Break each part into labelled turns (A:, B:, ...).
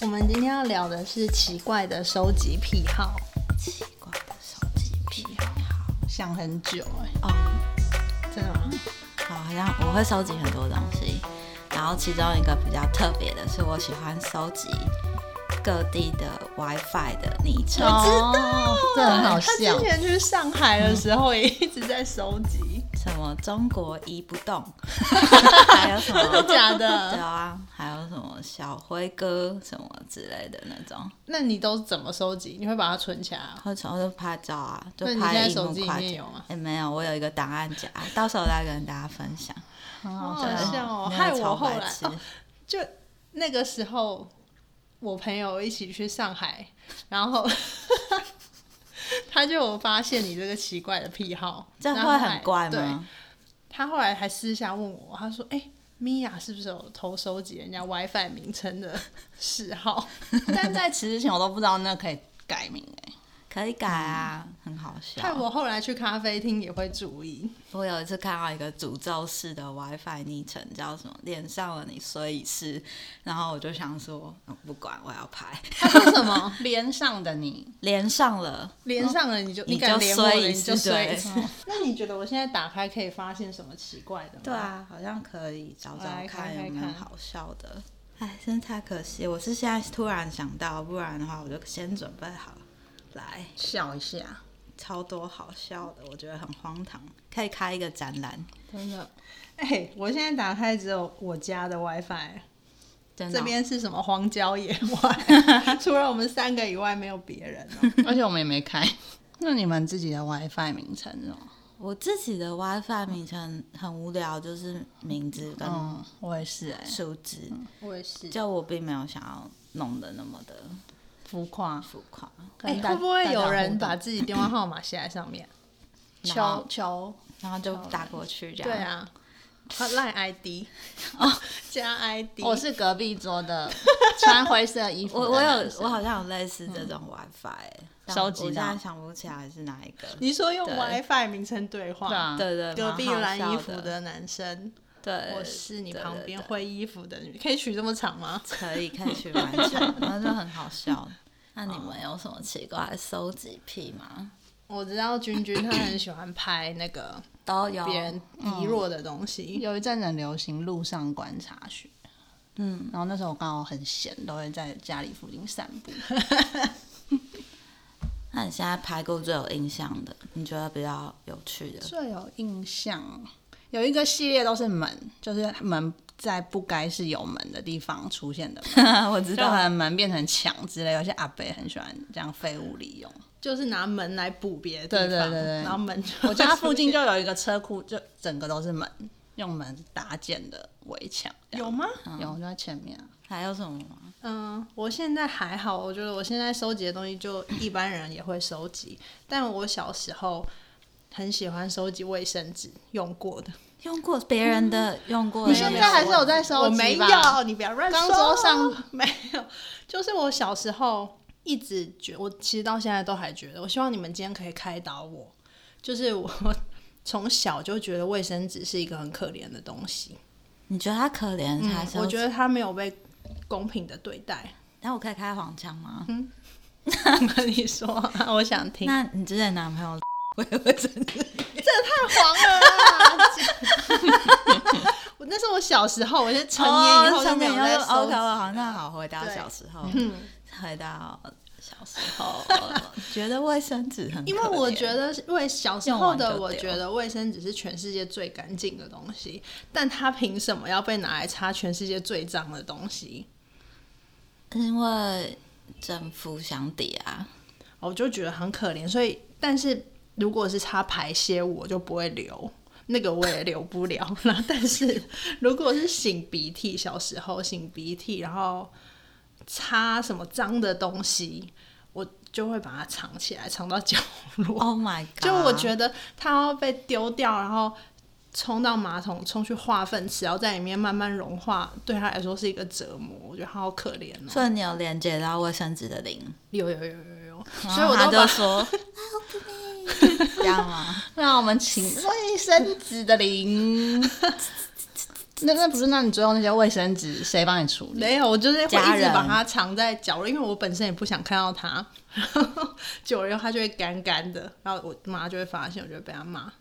A: 我们今天要聊的是奇怪的收集癖好，
B: 奇怪的手机癖
A: 想很久哎、
B: 好。哦，
A: 真的吗？
B: 好，好像我会收集很多东西，然后其中一个比较特别的是，我喜欢收集各地的 WiFi 的昵称。哦
A: 道，这很好
B: 对
A: 笑。他之前去上海的时候也一直在收集，
B: 什么中国移不动， 还有什么？
A: 假
B: 对
A: 的。
B: 啊，还有什么小辉哥什么之类的那种，
A: 那你都怎么收集？你会把它存起来啊？
B: 或者就拍照啊，就
A: 那你现
B: 拍
A: 在
B: 荧
A: 手
B: 幕
A: 机里
B: 快
A: 面
B: 捷
A: 有吗。
B: 哎、没有，我有一个档案夹，到时候再跟大家分享。
A: 很好
B: 对啊
A: 笑哦，
B: 那个
A: 害我
B: 超
A: 后
B: 白
A: 来
B: 痴
A: 哦就那个时候，我朋友一起去上海，然后 他就有发现你这个奇怪的癖好，
B: 这样
A: 然后
B: 会
A: 还
B: 很怪
A: 对
B: 吗？
A: 他后来还私下问我，他说：“哎、米娅是不是有偷收集人家 WiFi 名称的嗜 好？”
C: 但在此之前我都不知道那可以改名哎、
B: 可以改啊，很好笑。
A: 害我后来去咖啡厅也会注意。
B: 我有一次看到一个诅咒式的 WiFi 昵称，叫什么“脸上了你衰一世”，然后我就想说，嗯不管，我要拍。
C: 他 说什么？连上的你，
B: 连上了，
A: 连上了你
C: 哦
A: 就、
B: 你
A: 敢
B: 就
A: 连我
B: 衰
A: 了，
B: 一
A: 你就
B: 次，
A: 衰一
B: 对
A: 次。 那你觉得我现在打开可以发现什么奇怪的吗？
B: 对，啊，好像可以找找
A: 来
B: 看
A: 看看
B: 有没有
A: 看
B: 好笑的。哎，真太可惜，我是现在突然想到，不然的话我就先准备好来，
C: 笑一下，
B: 超多好笑的，我觉得很荒唐，可以开一个展览，
A: 真的。哎、我现在打开只有我家的 WiFi，
B: 真的
A: 这
B: 哦
A: 边是什么荒郊野 外？除了我们三个以外，没有别人哦、
C: 而且我们也没开。 那你们自己的 WiFi 名称是吗？
B: 我自己的
A: 嗯
B: WiFi 名称很无聊，就是名字跟
C: 嗯，我也是哎、
B: 数字，
A: 我也是
B: 就我并没有想要弄得那么的
C: 浮夸。
B: 浮夸。
A: 哎、
C: 跟大
A: 会不会
C: 大家
A: 有
C: 互
A: 人
C: 动
A: 把自己电话号码写在上面？
B: 然后
A: 求求，
B: 然后就打过去这 样。
A: 对，啊，他赖 ID 哦，加 ID，
C: 我是隔壁桌的穿灰色衣服
A: 嗯
B: 我我
C: 的
A: 啊
C: 男
B: 有
C: 生
B: 我好像有类似这种 WiFi，欸、但
C: 收集
B: 我现在
C: 到
B: 想不起来是哪一个。
A: 你说用
B: 对
A: WiFi 名称对话，
C: 对啊
B: 对对，
A: 隔壁
B: 蛮好
A: 蓝
B: 笑
A: 衣服
B: 的，
A: 的男生，
B: 对，
A: 我是你
B: 对
A: 旁
B: 对
A: 边
B: 对
A: 灰衣服的女，可以取这么长吗？
B: 可以可以去玩一下，然后就很好笑。 那你们有什么奇怪的收集癖吗？
A: 我知道君君他很喜欢拍那个
B: 都有，
A: 别人遗落的东西，
C: 有一阵很流行路上观察学，嗯，然后那时候我刚好很闲，都会在家里附近散步。
B: 那你现在拍过最有印象的，你觉得比较有趣的？
C: 最有印象有一个系列都是门，就是门在不该是有门的地方出现的门，
B: 我知
C: 就可能门变成墙之类。有些阿伯很喜欢这样废物利用。
A: 就是拿门来补别的地
C: 对对
A: 方，
C: 对对
A: 然后门就
C: 我家附 近就有一个车库，就整个都是门，用门搭建的围墙。这样嗯
A: 有 吗？
C: 有就在前面啊、
B: 还有什么吗？
A: 嗯，我现在还好，我觉得我现在收集的东西就一般人也会收集，但我小时候很喜欢收集卫生纸用过的，
B: 用过别人的，用过的
C: 你
B: 那个。
C: 现在还是有在收
A: 我
C: 集吧
A: 没有，你不要乱说。
C: 刚桌上
A: 没有，就是我小时候一直觉，我其实到现在都还觉得，我希望你们今天可以开导我，就是我从小就觉得卫生纸是一个很可怜的东西，
B: 你觉得他可怜才收
A: 嗯我觉
B: 集？
A: 得它没有被公平的对待。
B: 那我可以开黄腔吗？
A: 嗯你说啊、我想听。
B: 那你之前男朋友我也会真的
A: 黄了啦！ 我那是我小时候，我是成年以后就
B: 哦成
A: 没
B: 年
A: 有
B: 以
A: 在
B: 后
A: 收
B: OK，
A: 集。嗯
B: 好，那好，回到
A: 对
B: 小时候，回到小时候，觉得卫生纸很可怜，
A: 因为我觉得是，因为小时候的，
B: 用
A: 我
B: 完就丢
A: 觉得卫生纸是全世界最干净的东西，但它凭什么要被拿来擦全世界最脏的东西？
B: 因为政府想抵啊，
A: 我就觉得很可怜。所以，但是如果是擦排泄物，我就不会流，那个我也流不了。 然后，但是如果是擤鼻涕，小时候擤鼻涕，然后擦什么脏的东西，我就会把它藏起来，藏到角落。
B: ，Oh my god！
A: 就我觉得它要被丢掉，然后冲到马桶，冲去化粪池，然后在里面慢慢融化，对他来说是一个折磨。我觉得他好可怜哦。
B: 所以你有连接到卫生纸的零，
A: 有有有有有，
B: 然
A: 所以我
B: 后啊他
A: 都
B: 就
A: 把
B: 说这样吗？
C: 那我们请卫生纸的铃， 那那不是？那你最后那些卫生纸谁帮你处理？
A: 没有，我就是会
B: 家
A: 一直
B: 人
A: 把它藏在角落，因为我本身也不想看到它。 然后久了以后，它就会干干的，然后我妈就会发现，我就会被她骂。
B: 哦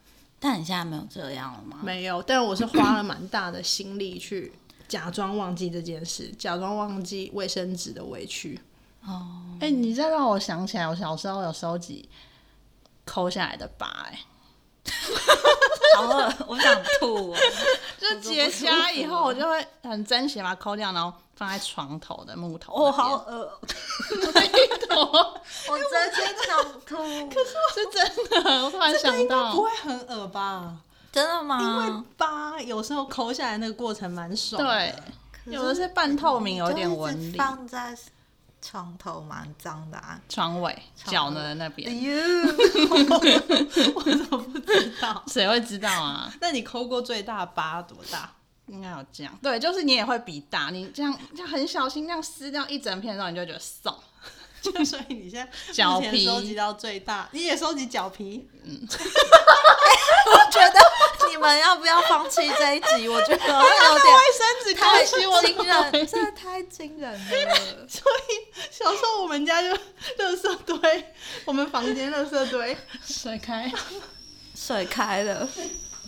B: 但你现在没有这样了吗？
A: 没有，但我是花了蛮大的心力去假装忘记这件事，假装忘记卫生纸的委屈。
B: 哦
C: 哎、你这让我想起来，我小时候有收集抠下来的疤、哎，
B: 好饿，我想吐、哦。
C: 就结痂以后，我就会很珍惜把它抠掉，然后放在床头的木头那边。
B: 我好饿， 我真的想 吐。
C: 是真的，我突然想
A: 不
C: 到
A: 会，很恶吧？
B: 真的
A: 因
B: 吗
A: 为？疤有时候抠下来那个过程蛮爽
C: 对
A: 的。，
C: 有的是半透明，有一点
B: 就一
C: 纹
B: 直
C: 理，
B: 放在床头蛮脏的啊。
C: 床尾
B: 尾
C: 脚的那
B: 哎
C: 边，
B: 呦，
A: 对，知道。
C: 谁会知道啊？
A: 那你抠过最大疤多大？
C: 应该有这样，对，就是你也会比大，你这样这样很小心，这样撕掉一整片的时候，你就会觉得送。
A: 就所以你现在
C: 脚
A: 目前
C: 皮
A: 收集到最大，你也收集脚皮，
B: 我觉得你们要不要放弃这一集？我觉得有点
A: 卫生纸
B: 太
A: 开始我
B: 惊人，真的太惊人了。
A: 所以小时候我们家就垃圾堆，我们房间垃圾堆。
C: 甩开，
B: 水开了，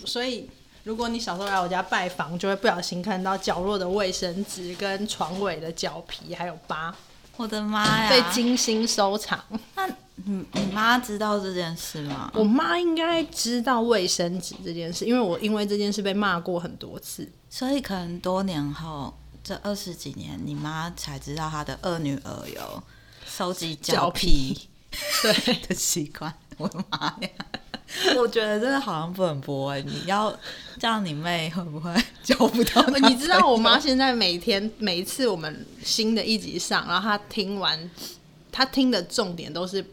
A: 所以如果你小时候来我家拜访，就会不小心看到角落的卫生纸、跟床尾的脚皮还有疤，
B: 我的妈呀！
C: 啊
A: 被精心收藏。
B: 那你你妈知道这件事吗？
A: 我妈应该知道卫生纸这件事，因为我因为这件事被骂过很多次。
B: 所以可能多年后，这二十几年，你妈才知道她的二女儿有收集脚皮
A: 对，
B: 的习惯。我的妈呀！我觉得这个好像不能播哎、你要这样，你妹会不会 交不到她朋 友？
A: 你知道我妈现在每天每一次我们新的一集上，然后她听完，她听的重点都是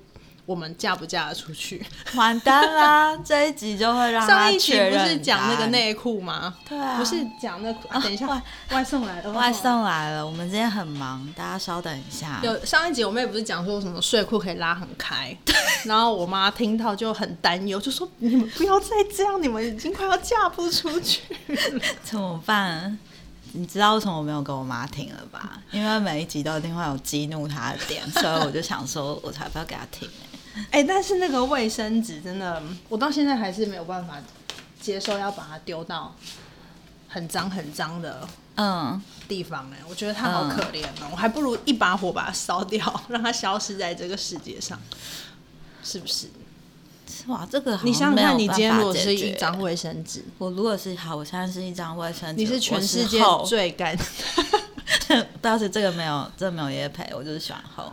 A: 我们嫁不嫁得出去。
B: 完蛋啦！这一集就会让她
A: 上一集
B: 确
A: 不
B: 认
A: 是讲那
B: 答
A: 个
B: 案
A: 内裤吗？
B: 对啊，
A: 不是讲那裤、啊，等一下，
B: 外
A: 外送来哦了，
B: 外送来了，我们今天很忙，大家稍等一下。
A: 有上一集我妹不是讲说什么睡裤可以拉很 开，然后我妈听到就很担忧，就说你们不要再这样，你们已经快要嫁不出去。
B: 怎么办？你知道为什么我没有跟我妈听了吧？因为每一集都一定会有激怒她的点，所以我就想说，我才不要给她听、欸。
A: 哎、但是那个卫生纸真的，我到现在还是没有办法接受要把它丢到很脏很脏的
B: 嗯，
A: 地方哎、我觉得它好可怜哦、我还不如一把火把它烧掉，让它消失在这个世界上，是不是？
B: 哇，这个好像
A: 你想想看，
B: 没
A: 你
B: 有办
A: 今天
B: 法
A: 如果是
B: 解
A: 一
B: 决
A: 张，卫生纸，
B: 我如果是好，我现在是一张卫生纸，
A: 你是全世界
B: 我是
A: 最干净。
B: 厚， 但是这个没有，这个没有也配，我就是喜欢厚，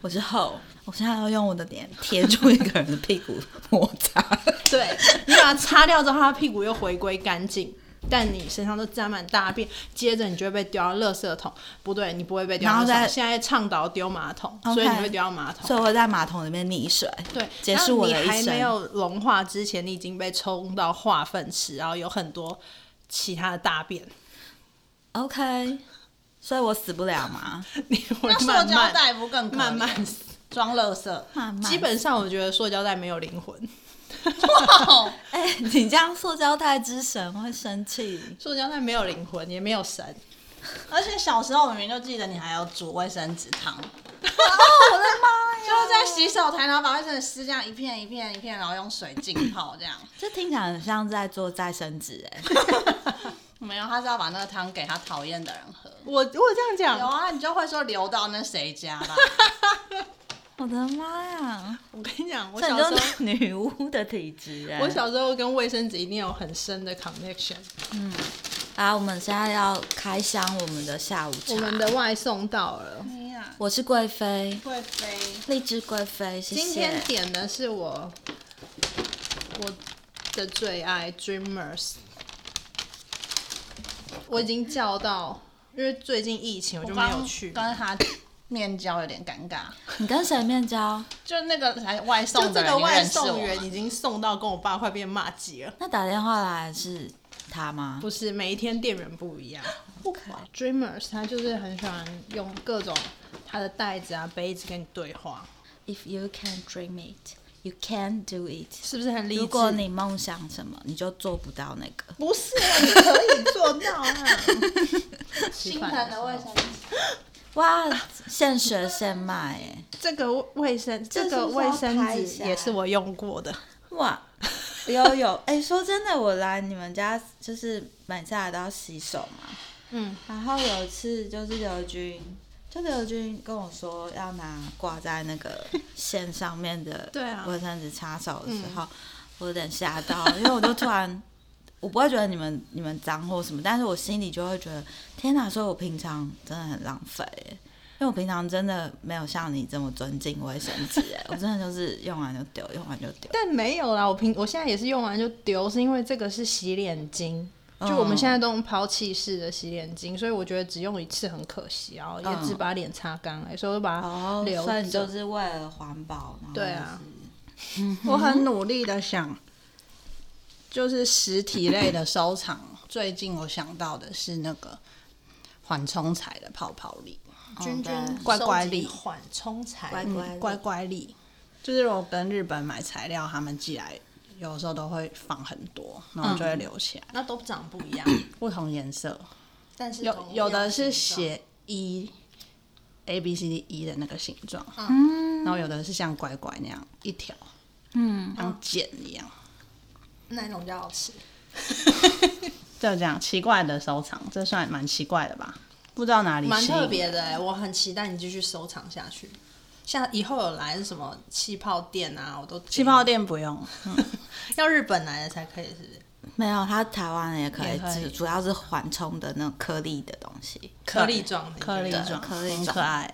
B: 我是厚，我现在要用我的脸贴住一个人的屁股摩擦。
A: 对你把它擦掉之后，它屁股又回归干净，但你身上都沾满大便，接着你就会被丢到垃圾桶。不对，你不会被丢到垃圾
B: 然后
A: 桶。
B: 再
A: 现在倡导丢马桶
B: OK
A: 所以你会丢到马桶。
B: 所以我在马桶里面溺水，
A: 对，
B: 结束我的一
A: 然后你还
B: 生
A: 没有融化之前，你已经被冲到化粪池，然后有很多其他的大便，
B: OK，所以我死不了嘛，
A: 你会
C: 那塑
A: 慢
C: 胶
A: 慢
C: 袋不更可怜
A: 慢慢死。
C: 装垃圾？
B: 慢慢
A: 基本上，我觉得塑胶袋没有灵魂，
C: 哇，
B: 哎、你这样塑胶袋之神会生气。
A: 塑胶袋没有灵魂，也没有神。
C: 而且小时候我明明就记得你还有煮卫生纸汤，哦，我的妈呀！就是在洗手台，然后把卫生纸撕这样一片一片一片，然后用水浸泡这样。
B: 这听起来很像在做再生纸 哎、
C: 没有，他是要把那个汤给他讨厌的人 喝。
A: 我我这样
C: 有
A: 讲，
C: 啊，你就会说流到那谁家啦。
B: 我的妈呀！
A: 我跟你讲，我
B: 这
A: 小
B: 你
A: 时
B: 就
A: 候
B: 是女巫的体质哎、
A: 我小时候跟卫生纸一定有很深的 connection。
B: 啊，我们现在要开箱我们的下午茶。
A: 我们的外送到了，
C: 哎呀，
B: 我是贵妃，
C: 贵妃，
B: 荔枝贵妃，谢谢。
A: 今天点的是我我的最爱 Dreamers，我已经叫到，因为最近疫情我就没有去。
C: 跟他面交有点尴尬，
B: 你跟谁面交？
C: 就那个来外
A: 就
C: 送
A: 这
C: 的人
A: 个外
C: 你
A: 送
C: 认识 我
A: 员
C: 吗
A: 已经送到跟我爸快变骂街了，
B: 那打电话来是他吗？
A: 不是每一天店员不一样。Dreamers 他就是很喜欢用各种他的袋子啊、杯子跟你对话。
B: If you can dream it, You can do it。
A: 是不是很励志？
B: 如果你梦想什么，你就做不到那个。
C: 不是啊，你可以做到啊！
A: 心
C: 心疼的卫生纸，
B: 哇，现学现卖哎！
A: 这个卫生，这
B: 这是
A: 个
B: 不是
A: 卫
B: 要
A: 生
B: 拍一
A: 纸
B: 下
A: 也是我用过的，
B: 哇，有有哎、说真的，我来你们家就是每次来都要洗手嘛。
A: 嗯，
B: 然后有一次就是刘军，就刘军跟我说要拿挂在那 个线上面的
A: 对啊嗯
B: 卫生纸擦手的时候，我有点吓到，因为我就突然。我不会觉得你们你们脏或什么，但是我心里就会觉得，天哪！所以我平常真的很浪费耶，因为我平常真的没有像你这么尊敬卫生纸耶，我真的 就是用完就丢，用完就丢。
A: 但没有啦。我平我现在也是用完就丢，是因为这个是洗脸巾，就我们
B: 嗯
A: 现在都用抛弃式的洗脸巾，所以我觉得只用一次很可惜，然后也只
B: 嗯
A: 把脸擦干了，所以我就把它
B: 哦，
A: 留
B: 所以你
A: 着。
B: 就是为了环保，然后
A: 对啊
C: 我很努力的想，就是实体类的收藏。最近我想到的是那个缓冲材的泡泡粒，
A: 哦
B: 就是，君
A: 嗯
B: 君
C: 乖乖粒
A: 缓冲材
B: 乖乖
C: 乖乖粒，就是我跟日本买材料，他们寄来。有的时候都会放很多，然后就会留起来，
A: 那都长不一样，
C: 不同颜色。
A: 但是
C: 有有的是写一 A B C D E 的那个形状，嗯，然后有的是像乖乖那样一条，嗯，像茧一样，
A: 那种比较好吃。
C: 就这样奇怪的收藏，这算蛮奇怪的吧？不知道哪里
A: 蛮
C: 吸引
A: 特别的、欸，我很期待你继续收藏下去。像以后有来什么气泡店啊，我都
C: 气泡店不用，嗯
A: 要日本来的才可以，是不是？
B: 没有，它台湾也可
A: 也
B: 以，
A: 可以
B: 只主要是缓冲的那种颗粒的东西。
A: 颗粒状的，
C: 颗粒
A: 对
C: 状，
B: 颗粒
C: 很
B: 状
C: 可爱、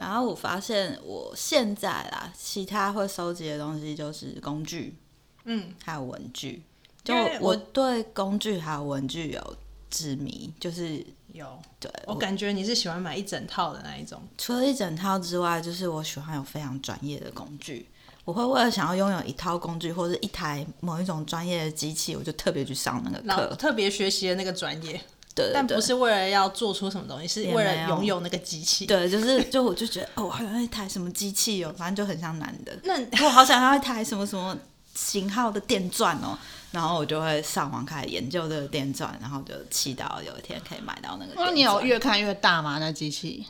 B: 然后我发现我现在啦，其他会收集的东西就是工具，
A: 嗯，
B: 还有文具。就
C: 因为
B: 我
C: 我
B: 对工具还有文具有执迷，就是
A: 有。
B: 对
A: 我感觉你是喜欢买一整套的那一种，
B: 除了一整套之外，就是我喜欢有非常专业的工具。我会为了想要拥有一套工具或者一台某一种专业的机器，我就特别去上那个
A: 然后
B: 课。
A: 特别学习的那个专业，
B: 对对
A: 但
B: 对
A: 不是为了要做出什么东西，是
B: 也
A: 为了
B: 没有
A: 拥有那个机器。，
B: 对，就是 就我就觉得哦，我好像一台什么机器哦，反正就很像男的。
A: 那
B: 我好想要一台什么什么型号的电钻哦，然后我就会上网开始研究这个电钻，然后就祈祷有一天可以买到那个
A: 哦
B: 电钻。
C: 那你有越看越大吗？那机器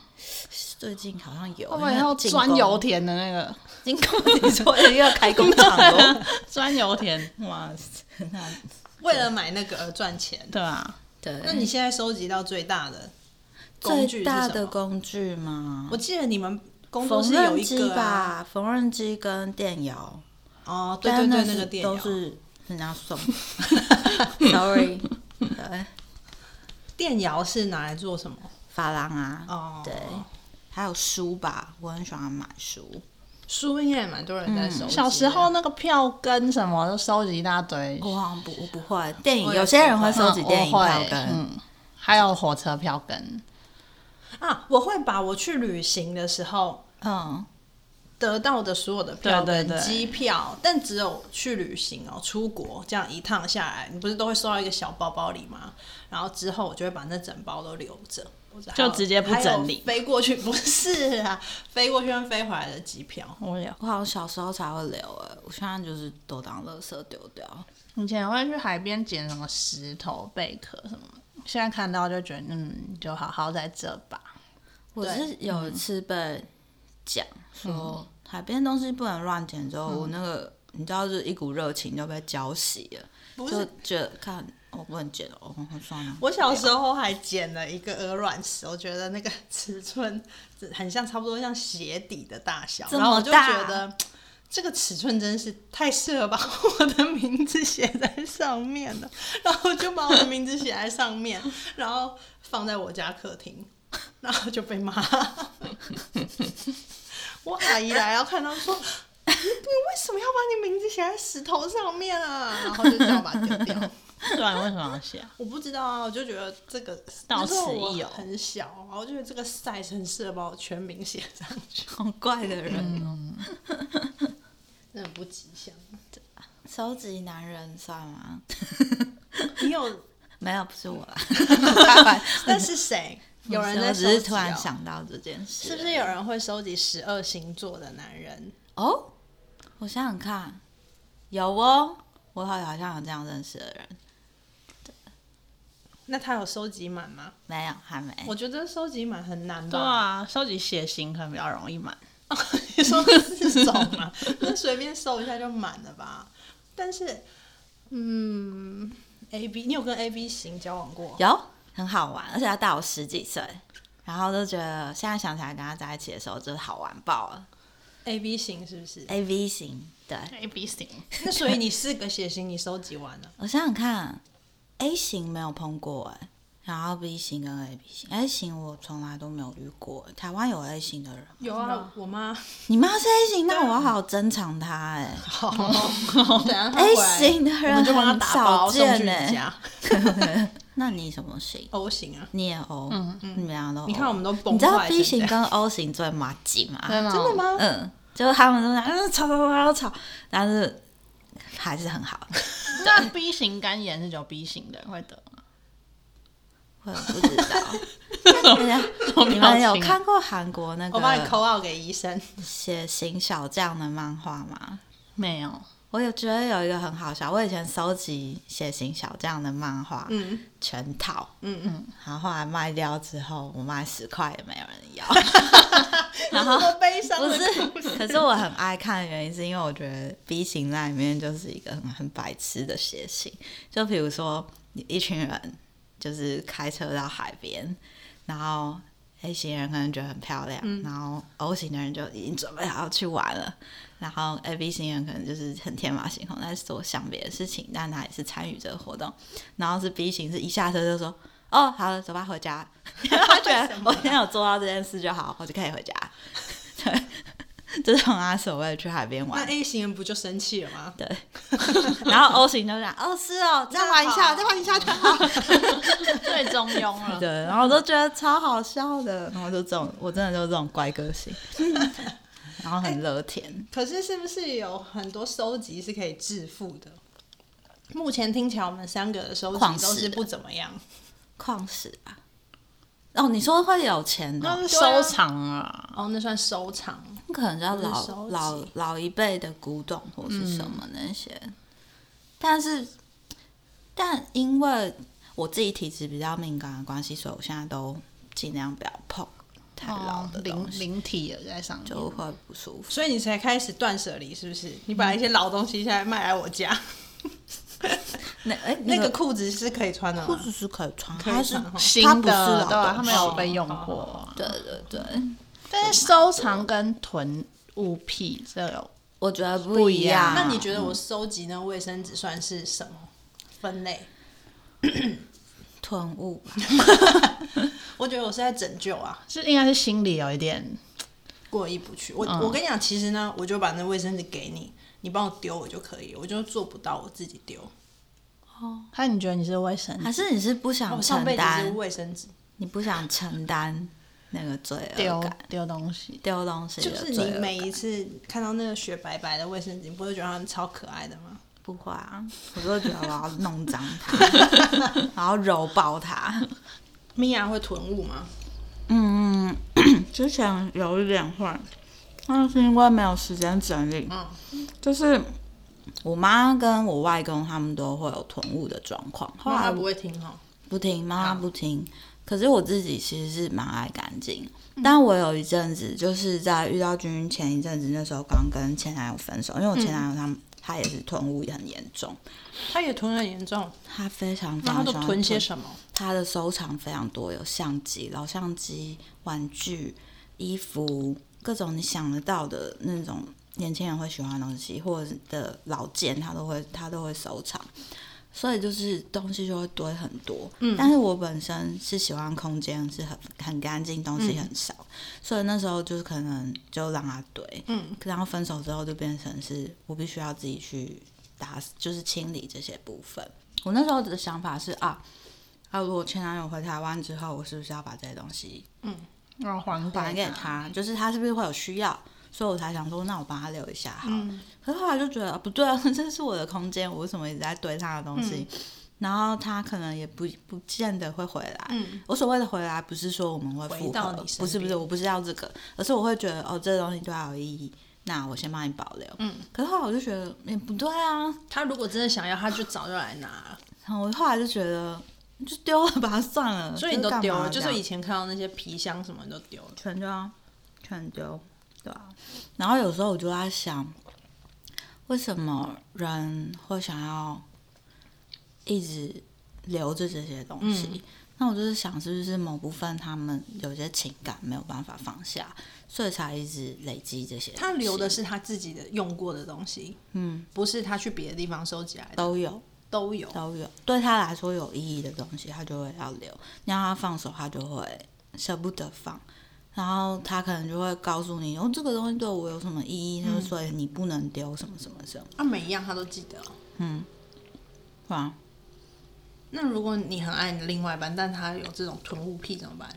B: 最近好像有，
A: 哦
C: 会不
B: 因
C: 会
B: 为
C: 要
B: 进
C: 钻
B: 攻
C: 油？田的那个
B: 进攻你说又要开工厂了？
C: 钻油田？
B: 哇塞，那
A: 为了买那个而赚钱。
C: 对啊，
B: 对，
A: 那你现在收集到最大的工具
B: 最
A: 是
B: 大
A: 什
B: 的
A: 么？
B: 工具吗？
A: 我记得你们工作
B: 缝
A: 室有
B: 纫
A: 一
B: 机
A: 个啊、
B: 吧，缝纫机跟电摇，
A: 哦，对对对，
B: 但
A: 那
B: 是
A: 个店
B: 都
A: 摇
B: 是人 家送 的，sorry，对，
A: 电摇是拿来做什么？
B: 发廊啊，
A: 哦
B: 对，还有书吧，我很喜欢买书，
A: 书应该也蛮多人在收集的、
C: 小时候那个票根什么都收集一大堆，
B: 我好像不我不会，电影
A: 我也
B: 有些人会
A: 不
B: 收集电影
C: 我会
B: 票根，
C: 嗯，还有火车票根。
A: 啊，我会把我去旅行的时候
B: 嗯，
A: 得到的所有的票
C: 对
A: 跟
C: 对对
A: 机票，但只有去旅行哦，出国这样一趟下来，你不是都会收到一个小包包里吗？然后之后我就会把那整包都留着。或者还有
C: 就直接不整理
A: 还有飞过去不是啊， 飞过去跟飞回来的机票，
C: 无聊。
B: 我好像小时候才会留哎、我现在就是都当垃圾丢掉，
C: 以前会去海边捡什么石头、贝壳什么的，现在看到就觉得，嗯，就好好在这吧。
B: 我是有一次被讲说海边东西不能乱捡之后，我那个你知道就是一股热情就被浇熄了，
A: 是
B: 就觉得看我不能捡了，哦，算了，
A: 我小时候还捡了一个鹅卵石，我觉得那个 尺寸很像，差不多像鞋底的大小，
B: 这么
A: 然后我就
B: 大
A: 觉得嘖这个尺寸真是太适合把 我的名字写在上面了，然后我就把我的名字写在上面，然后放在我家客厅，然后就被骂。 我阿姨来，然后看到说。 你你为什么要把你名字写在石头上面啊？然后就这样把它丢掉。
C: 不然为什么要写？
A: 我不知道啊，我就觉得这个
C: 到此
A: 那
C: 一游
A: 时候我很小，然后我就觉得这个赛程适合把我全名写上去，
B: 好怪的人哦、
A: 真的不吉祥。
B: 收集男人算吗？
A: 你有？
B: 没有，不是 我啦，开玩
A: 那是谁？有人在
B: 哎
A: 收
B: 我只
A: 集哦
B: 是突然，想到这件事，
A: 是不是有人会收集十二星座的男人？
B: 哦？我想想看，有哦，我好好像有这样认识的人，
A: 那他有收集满吗？
B: 没有，还没。
A: 我觉得收集满很难吧。
C: 对啊，收集血型可能比较容易满。
B: 啊
A: 你说四种嘛，那随便搜一下就满了吧？但是，嗯，A B，你有跟 A B 型交往过？
B: 有，很好玩，而且他大我十几岁，然后就觉得现在想起来跟他在一起的时候，就是好玩爆了。
A: A B 型是不是？
B: A V 型，对
C: A B 型，
A: 那所以你四个血型你收集完了？
B: 我想想看，A 型没有碰过哎、然后 B 型跟 A B 型，A 型我从来都没有遇过，台湾有 A 型的人吗，
A: 有啊，我 妈。
B: 你妈是 A 型，那我要好好珍藏她哎、
A: 好，
C: 等
A: 啊
C: 下他
B: A
C: 回来
B: 型的
A: 哦我们
B: 人
A: 就帮
B: 很
A: 她打包
B: 少
A: 送去
B: 见
A: 你
B: 哎、
A: 家。
B: 那你什么型？
A: O 型啊，
B: 你也 O，嗯嗯，你们俩都 O
A: 你看我们都崩坏。
B: 你知道 B
A: 现
B: 型
A: 在
B: 跟 O 型最麻吉吗？
C: 真的
A: 真的吗？
B: 嗯，就是他们都在嗯吵吵吵吵吵，但是还是很好。
C: 那 B 型肝炎是只有 B 型的人会得吗？
B: 我也不 知道，大家你们有看过韩国那
A: 我帮你
B: 个
A: 扣号给医 生。
B: 写型小将的漫画吗？
C: 没有，
B: 我有觉得有一个很好笑，我以前搜集写型小将的漫画、
A: 嗯
B: 全套，
A: 嗯嗯，
B: 然后后来卖掉之后，我卖十块也没有人要。
A: 然 后悲伤
B: 不
A: 的故
B: 是，
A: 事
B: 可是我很爱看的原因是因为我觉得 B 型在里面就是一个很很白痴的血型，就比如说一群人就是开车到海边，然后 A 型人可能觉得很漂亮，
A: 嗯
B: 然后 O 型的人就已经准备好要去玩了。然后 A、B 型人可能就是很天马行空，在做想别的事情，但他也是参与这个活动。然后是 B 型，是一下车就说：“哦，好了，走吧，回家。” 他觉得
A: 啊
B: 我今天有做到这件事就好，我就可以回家。对， 这种啊，所谓去海边
A: 那
B: 玩。
A: A 型人不就生气了吗？
B: 对， 然后 O 型就讲：“哦，是哦，再玩一下，再玩一下就好。”
C: 最中庸了。
B: 对，然后我都觉得超好笑的，然后就这种，我真的就是这种乖个性， 然后很乐天。
A: 可是是不是有很多收集是可以致富的？目前听起来我们三个的收集
B: 旷世
A: 都是不怎么样，
B: 矿石啊，哦，你说会有钱的、
A: 那
B: 哦，
A: 是
C: 收藏啊，
A: 哦，那算收藏。
B: 那可能叫
A: 不
B: 老
A: 是收集
B: 老老一辈的古董或是什么那些，但是但因为我自己体质比较敏感的关系，所以我现在都尽量不要碰太老的
C: 哦灵
B: 东西，
C: 灵体也在上面，
B: 就会不舒服。
A: 所以你才开始断舍离，是不是？你把一些老东西现在卖来我家，
B: 那哎、
A: 那个裤子是可以穿的
B: 裤
A: 吗？
B: 子是可以穿，
A: 以
B: 它是
A: 穿哦
C: 新
B: 啊它不是
C: 的
B: 老
C: 对吧？
B: 东
C: 他没有
B: 西哦
C: 被用过，
B: 对对对，
C: 但是收藏跟囤物癖这有
B: 我觉得不
C: 不
B: 一
C: 一样
B: 样。
A: 那你觉得我收集那卫生纸算是什么分类？
B: 囤物吧？
A: 我觉得我是在拯救啊，
C: 是应该是心里有一点
A: 过意不去。我、我跟你讲，其实呢，我就把那卫生纸给你，你帮我丢我就可以，我就做不到我自己丢。
C: 他你觉得你是卫生
B: 还是你是不
A: 我
B: 想
A: 上
B: 承
A: 辈子是
B: 担？
A: 卫生纸，
B: 你不想承担那个罪恶
C: 丢
B: 感？
C: 丢东西？
B: 丢东西的
A: 就是
B: 罪恶
A: 你
B: 感
A: 每一次看到那个雪白白的卫生纸，你不会觉得它们超可爱的吗？
B: 不会啊，我就觉得我要弄脏它， 然后揉爆它。
A: 米娅会囤物吗？
B: 嗯，之前有一点会，但是因为没有时间整理，
A: 嗯
B: 就是我妈跟我外公他们都会有囤物的状况。后
A: 妈
B: 来
A: 妈
B: 我
A: 不会哦听哈。
B: 不听，妈妈不听。可是我自己其实是蛮爱干净，但我有一阵子就是在遇到君君前一阵子，那时候刚跟前男友分手，因为我前男友他们、他也是囤物也很严重，
A: 他也囤很严重，
B: 他非常非
A: 那他
B: 常
A: 都
B: 喜欢
A: 囤些什么？
B: 他的收藏非常多，有相机、老相机、玩具、衣服，各种你想得到的那种年轻人会喜欢的东西，或者是的老件，他都会他都会收藏。所以就是东西就会堆很多，嗯、但是我本身是喜欢空间是很很干净，东西很少，所以那时候就是可能就让他堆，
A: 嗯，
B: 然后分手之后就变成是我必须要自己去打，就是清理这些部分。我那时候的想法是啊，啊，如果前男友回台湾之后，我是不是要把这些东西哦
C: 然后还
B: 还给
C: 给
B: 他？就是他是不是会有需要？所以我才想说，那我帮他留一下好
A: 嗯
B: 了。可是后来就觉得、啊不对啊， 这是我的空间，我为什么一直在堆他的东西？
A: 嗯
B: 然后他可能也不不见得会回
A: 嗯
B: 来。我所谓的回来，不是说我们会复
A: 回到
B: 合
A: 你身，
B: 不是不是，
A: 边
B: 我不是要这个，而是我会觉得哦，这个东西对他有意义，那我先帮你保留。
A: 嗯，
B: 可是后来我就觉得也不对啊，
A: 他如果真的想要，他就早就来拿了。
B: 然后我后来就觉得就丢了吧，算 了。
A: 所以你都
B: 这
A: 丢了，
B: 干嘛这
A: 就
B: 样
A: 是以前看到那些皮箱什么你都丢了。
B: 全丢啊，全丢，对啊。然后有时候我就在想，为什么人会想要一直留着这些东西？
A: 嗯
B: 那我就是想，是不是某部分他们有些情感没有办法放下，所以才一直累积这些东西？
A: 他留的是他自己的用过的东西，
B: 嗯，
A: 不是他去别的地方收集来的，
B: 都有。
A: 都有。
B: 都有，对他来说有意义的东西，他就会要留。你让他放手，他就会舍不得放。然后他可能就会告诉你，哦，这个东西对我有什么意义，
A: 嗯
B: 他就所以你不能丢什么什么什么，嗯
A: 啊，每一样他都记得哦、
B: 是吧？
A: 那如果你很爱你的另外一半，但他有这种囤物癖怎么办？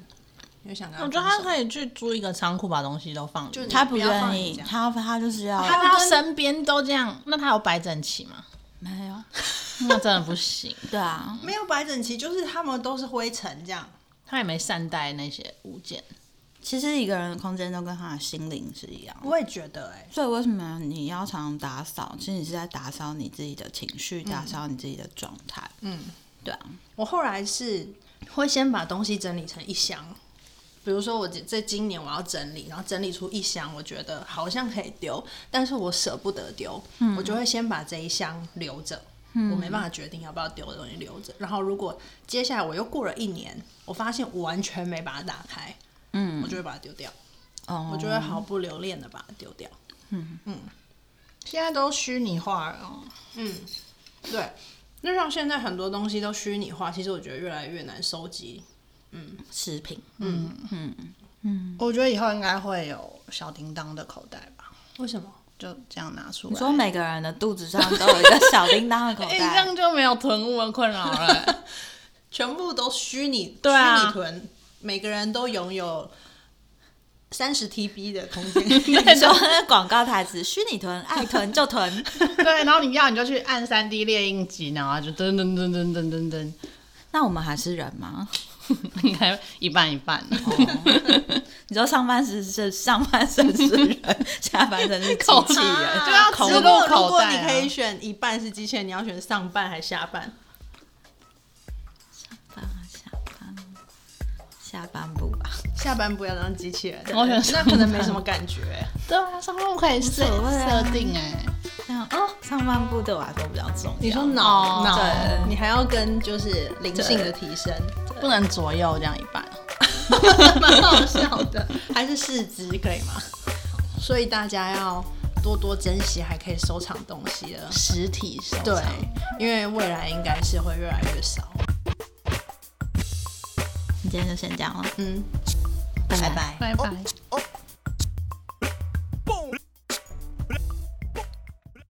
A: 你会想跟他
C: 我觉得他
A: 分手
C: 可以去租一个仓库，把东西都放里
A: 就
C: 面。
A: 你
B: 他
A: 不要放
B: 愿
A: 你
B: 意，
A: 家
B: 他他就是要啊
C: 他他身边都这样，那他有摆整齐 吗？
B: 没有，
C: 那真的不行，
B: 对啊，
A: 没有摆整齐，就是他们都是灰尘这样。
C: 他也没善待那些物件。
B: 其实一个人的空间都跟他的心灵是一样的。
A: 我也觉得、哎，
B: 所以为什么你要常常打扫？其实你是在打扫你自己的情绪，打扫你自己的状态。
A: 嗯，
B: 对啊，
A: 我后来是会先把东西整理成一箱，比如说我这这今年我要整理，然后整理出一箱，我觉得好像可以丢，但是我舍不得丢，我就会先把这一箱留着。我没办法决定要不要丢的东西留着，然后如果接下来我又过了一年，我发现我完全没把它打开，
B: 嗯
A: 我，就会把它丢掉，
B: 哦，
A: 我就会好不留恋的把它丢掉。嗯嗯，现在都虚拟化了，
C: 哦，
A: 嗯，对，那像现在很多东西都虚拟化，其实我觉得越来越难收集。
B: 嗯食品，
A: 嗯
C: 我觉得以后应该会有小叮当的口袋吧，
A: 为什么？
C: 就这样拿出
B: 你说每个人的肚子上都有一个小叮当的口
C: 哎、
B: 袋，
C: 这样就没有囤物的困扰了。
A: 全部都虚拟，
C: 对啊
A: 虚拟囤，每个人都拥有三十 TB 的空 间。
B: 你说那广告台词“虚拟囤，爱囤 就囤
C: 对，然后你要你就去按三 D 列印机，然后就噔噔噔噔噔噔噔，”，
B: 那我们还是人吗？
C: 应该一半一半。哦
B: 你说上半身是上半身是人，下半身是 机器 人，
C: 就要
A: 啊口
C: 口
A: 如
C: 入
A: 果如
C: 啊口
A: 果
C: 袋
A: 你
C: 啊
A: 可以选一半是机器人，你要选上半还下半？
B: 班下班下班不吧？
A: 下半不要当机器人，
C: 我选
A: 那
C: 上
A: 可能没什么感 觉、
C: 对啊，上路可以设
B: 无所谓啊
C: 设定哎、
B: 这样哦，上半部对我来说比较重要。
A: 你说脑
C: 哦
A: 脑
B: 对，
A: 你还要跟就是灵性的提升，
C: 不能左右这样一半。
A: 蛮好笑的，还是四肢可以吗？所以大家要多多珍惜，还可以收藏东西了。
C: 实体收藏
A: 对，因为未来应该是会越来越少。
B: 你今天就先这样了，
A: 嗯，
B: 拜
A: 拜
B: 拜。
A: 拜。
C: 拜拜。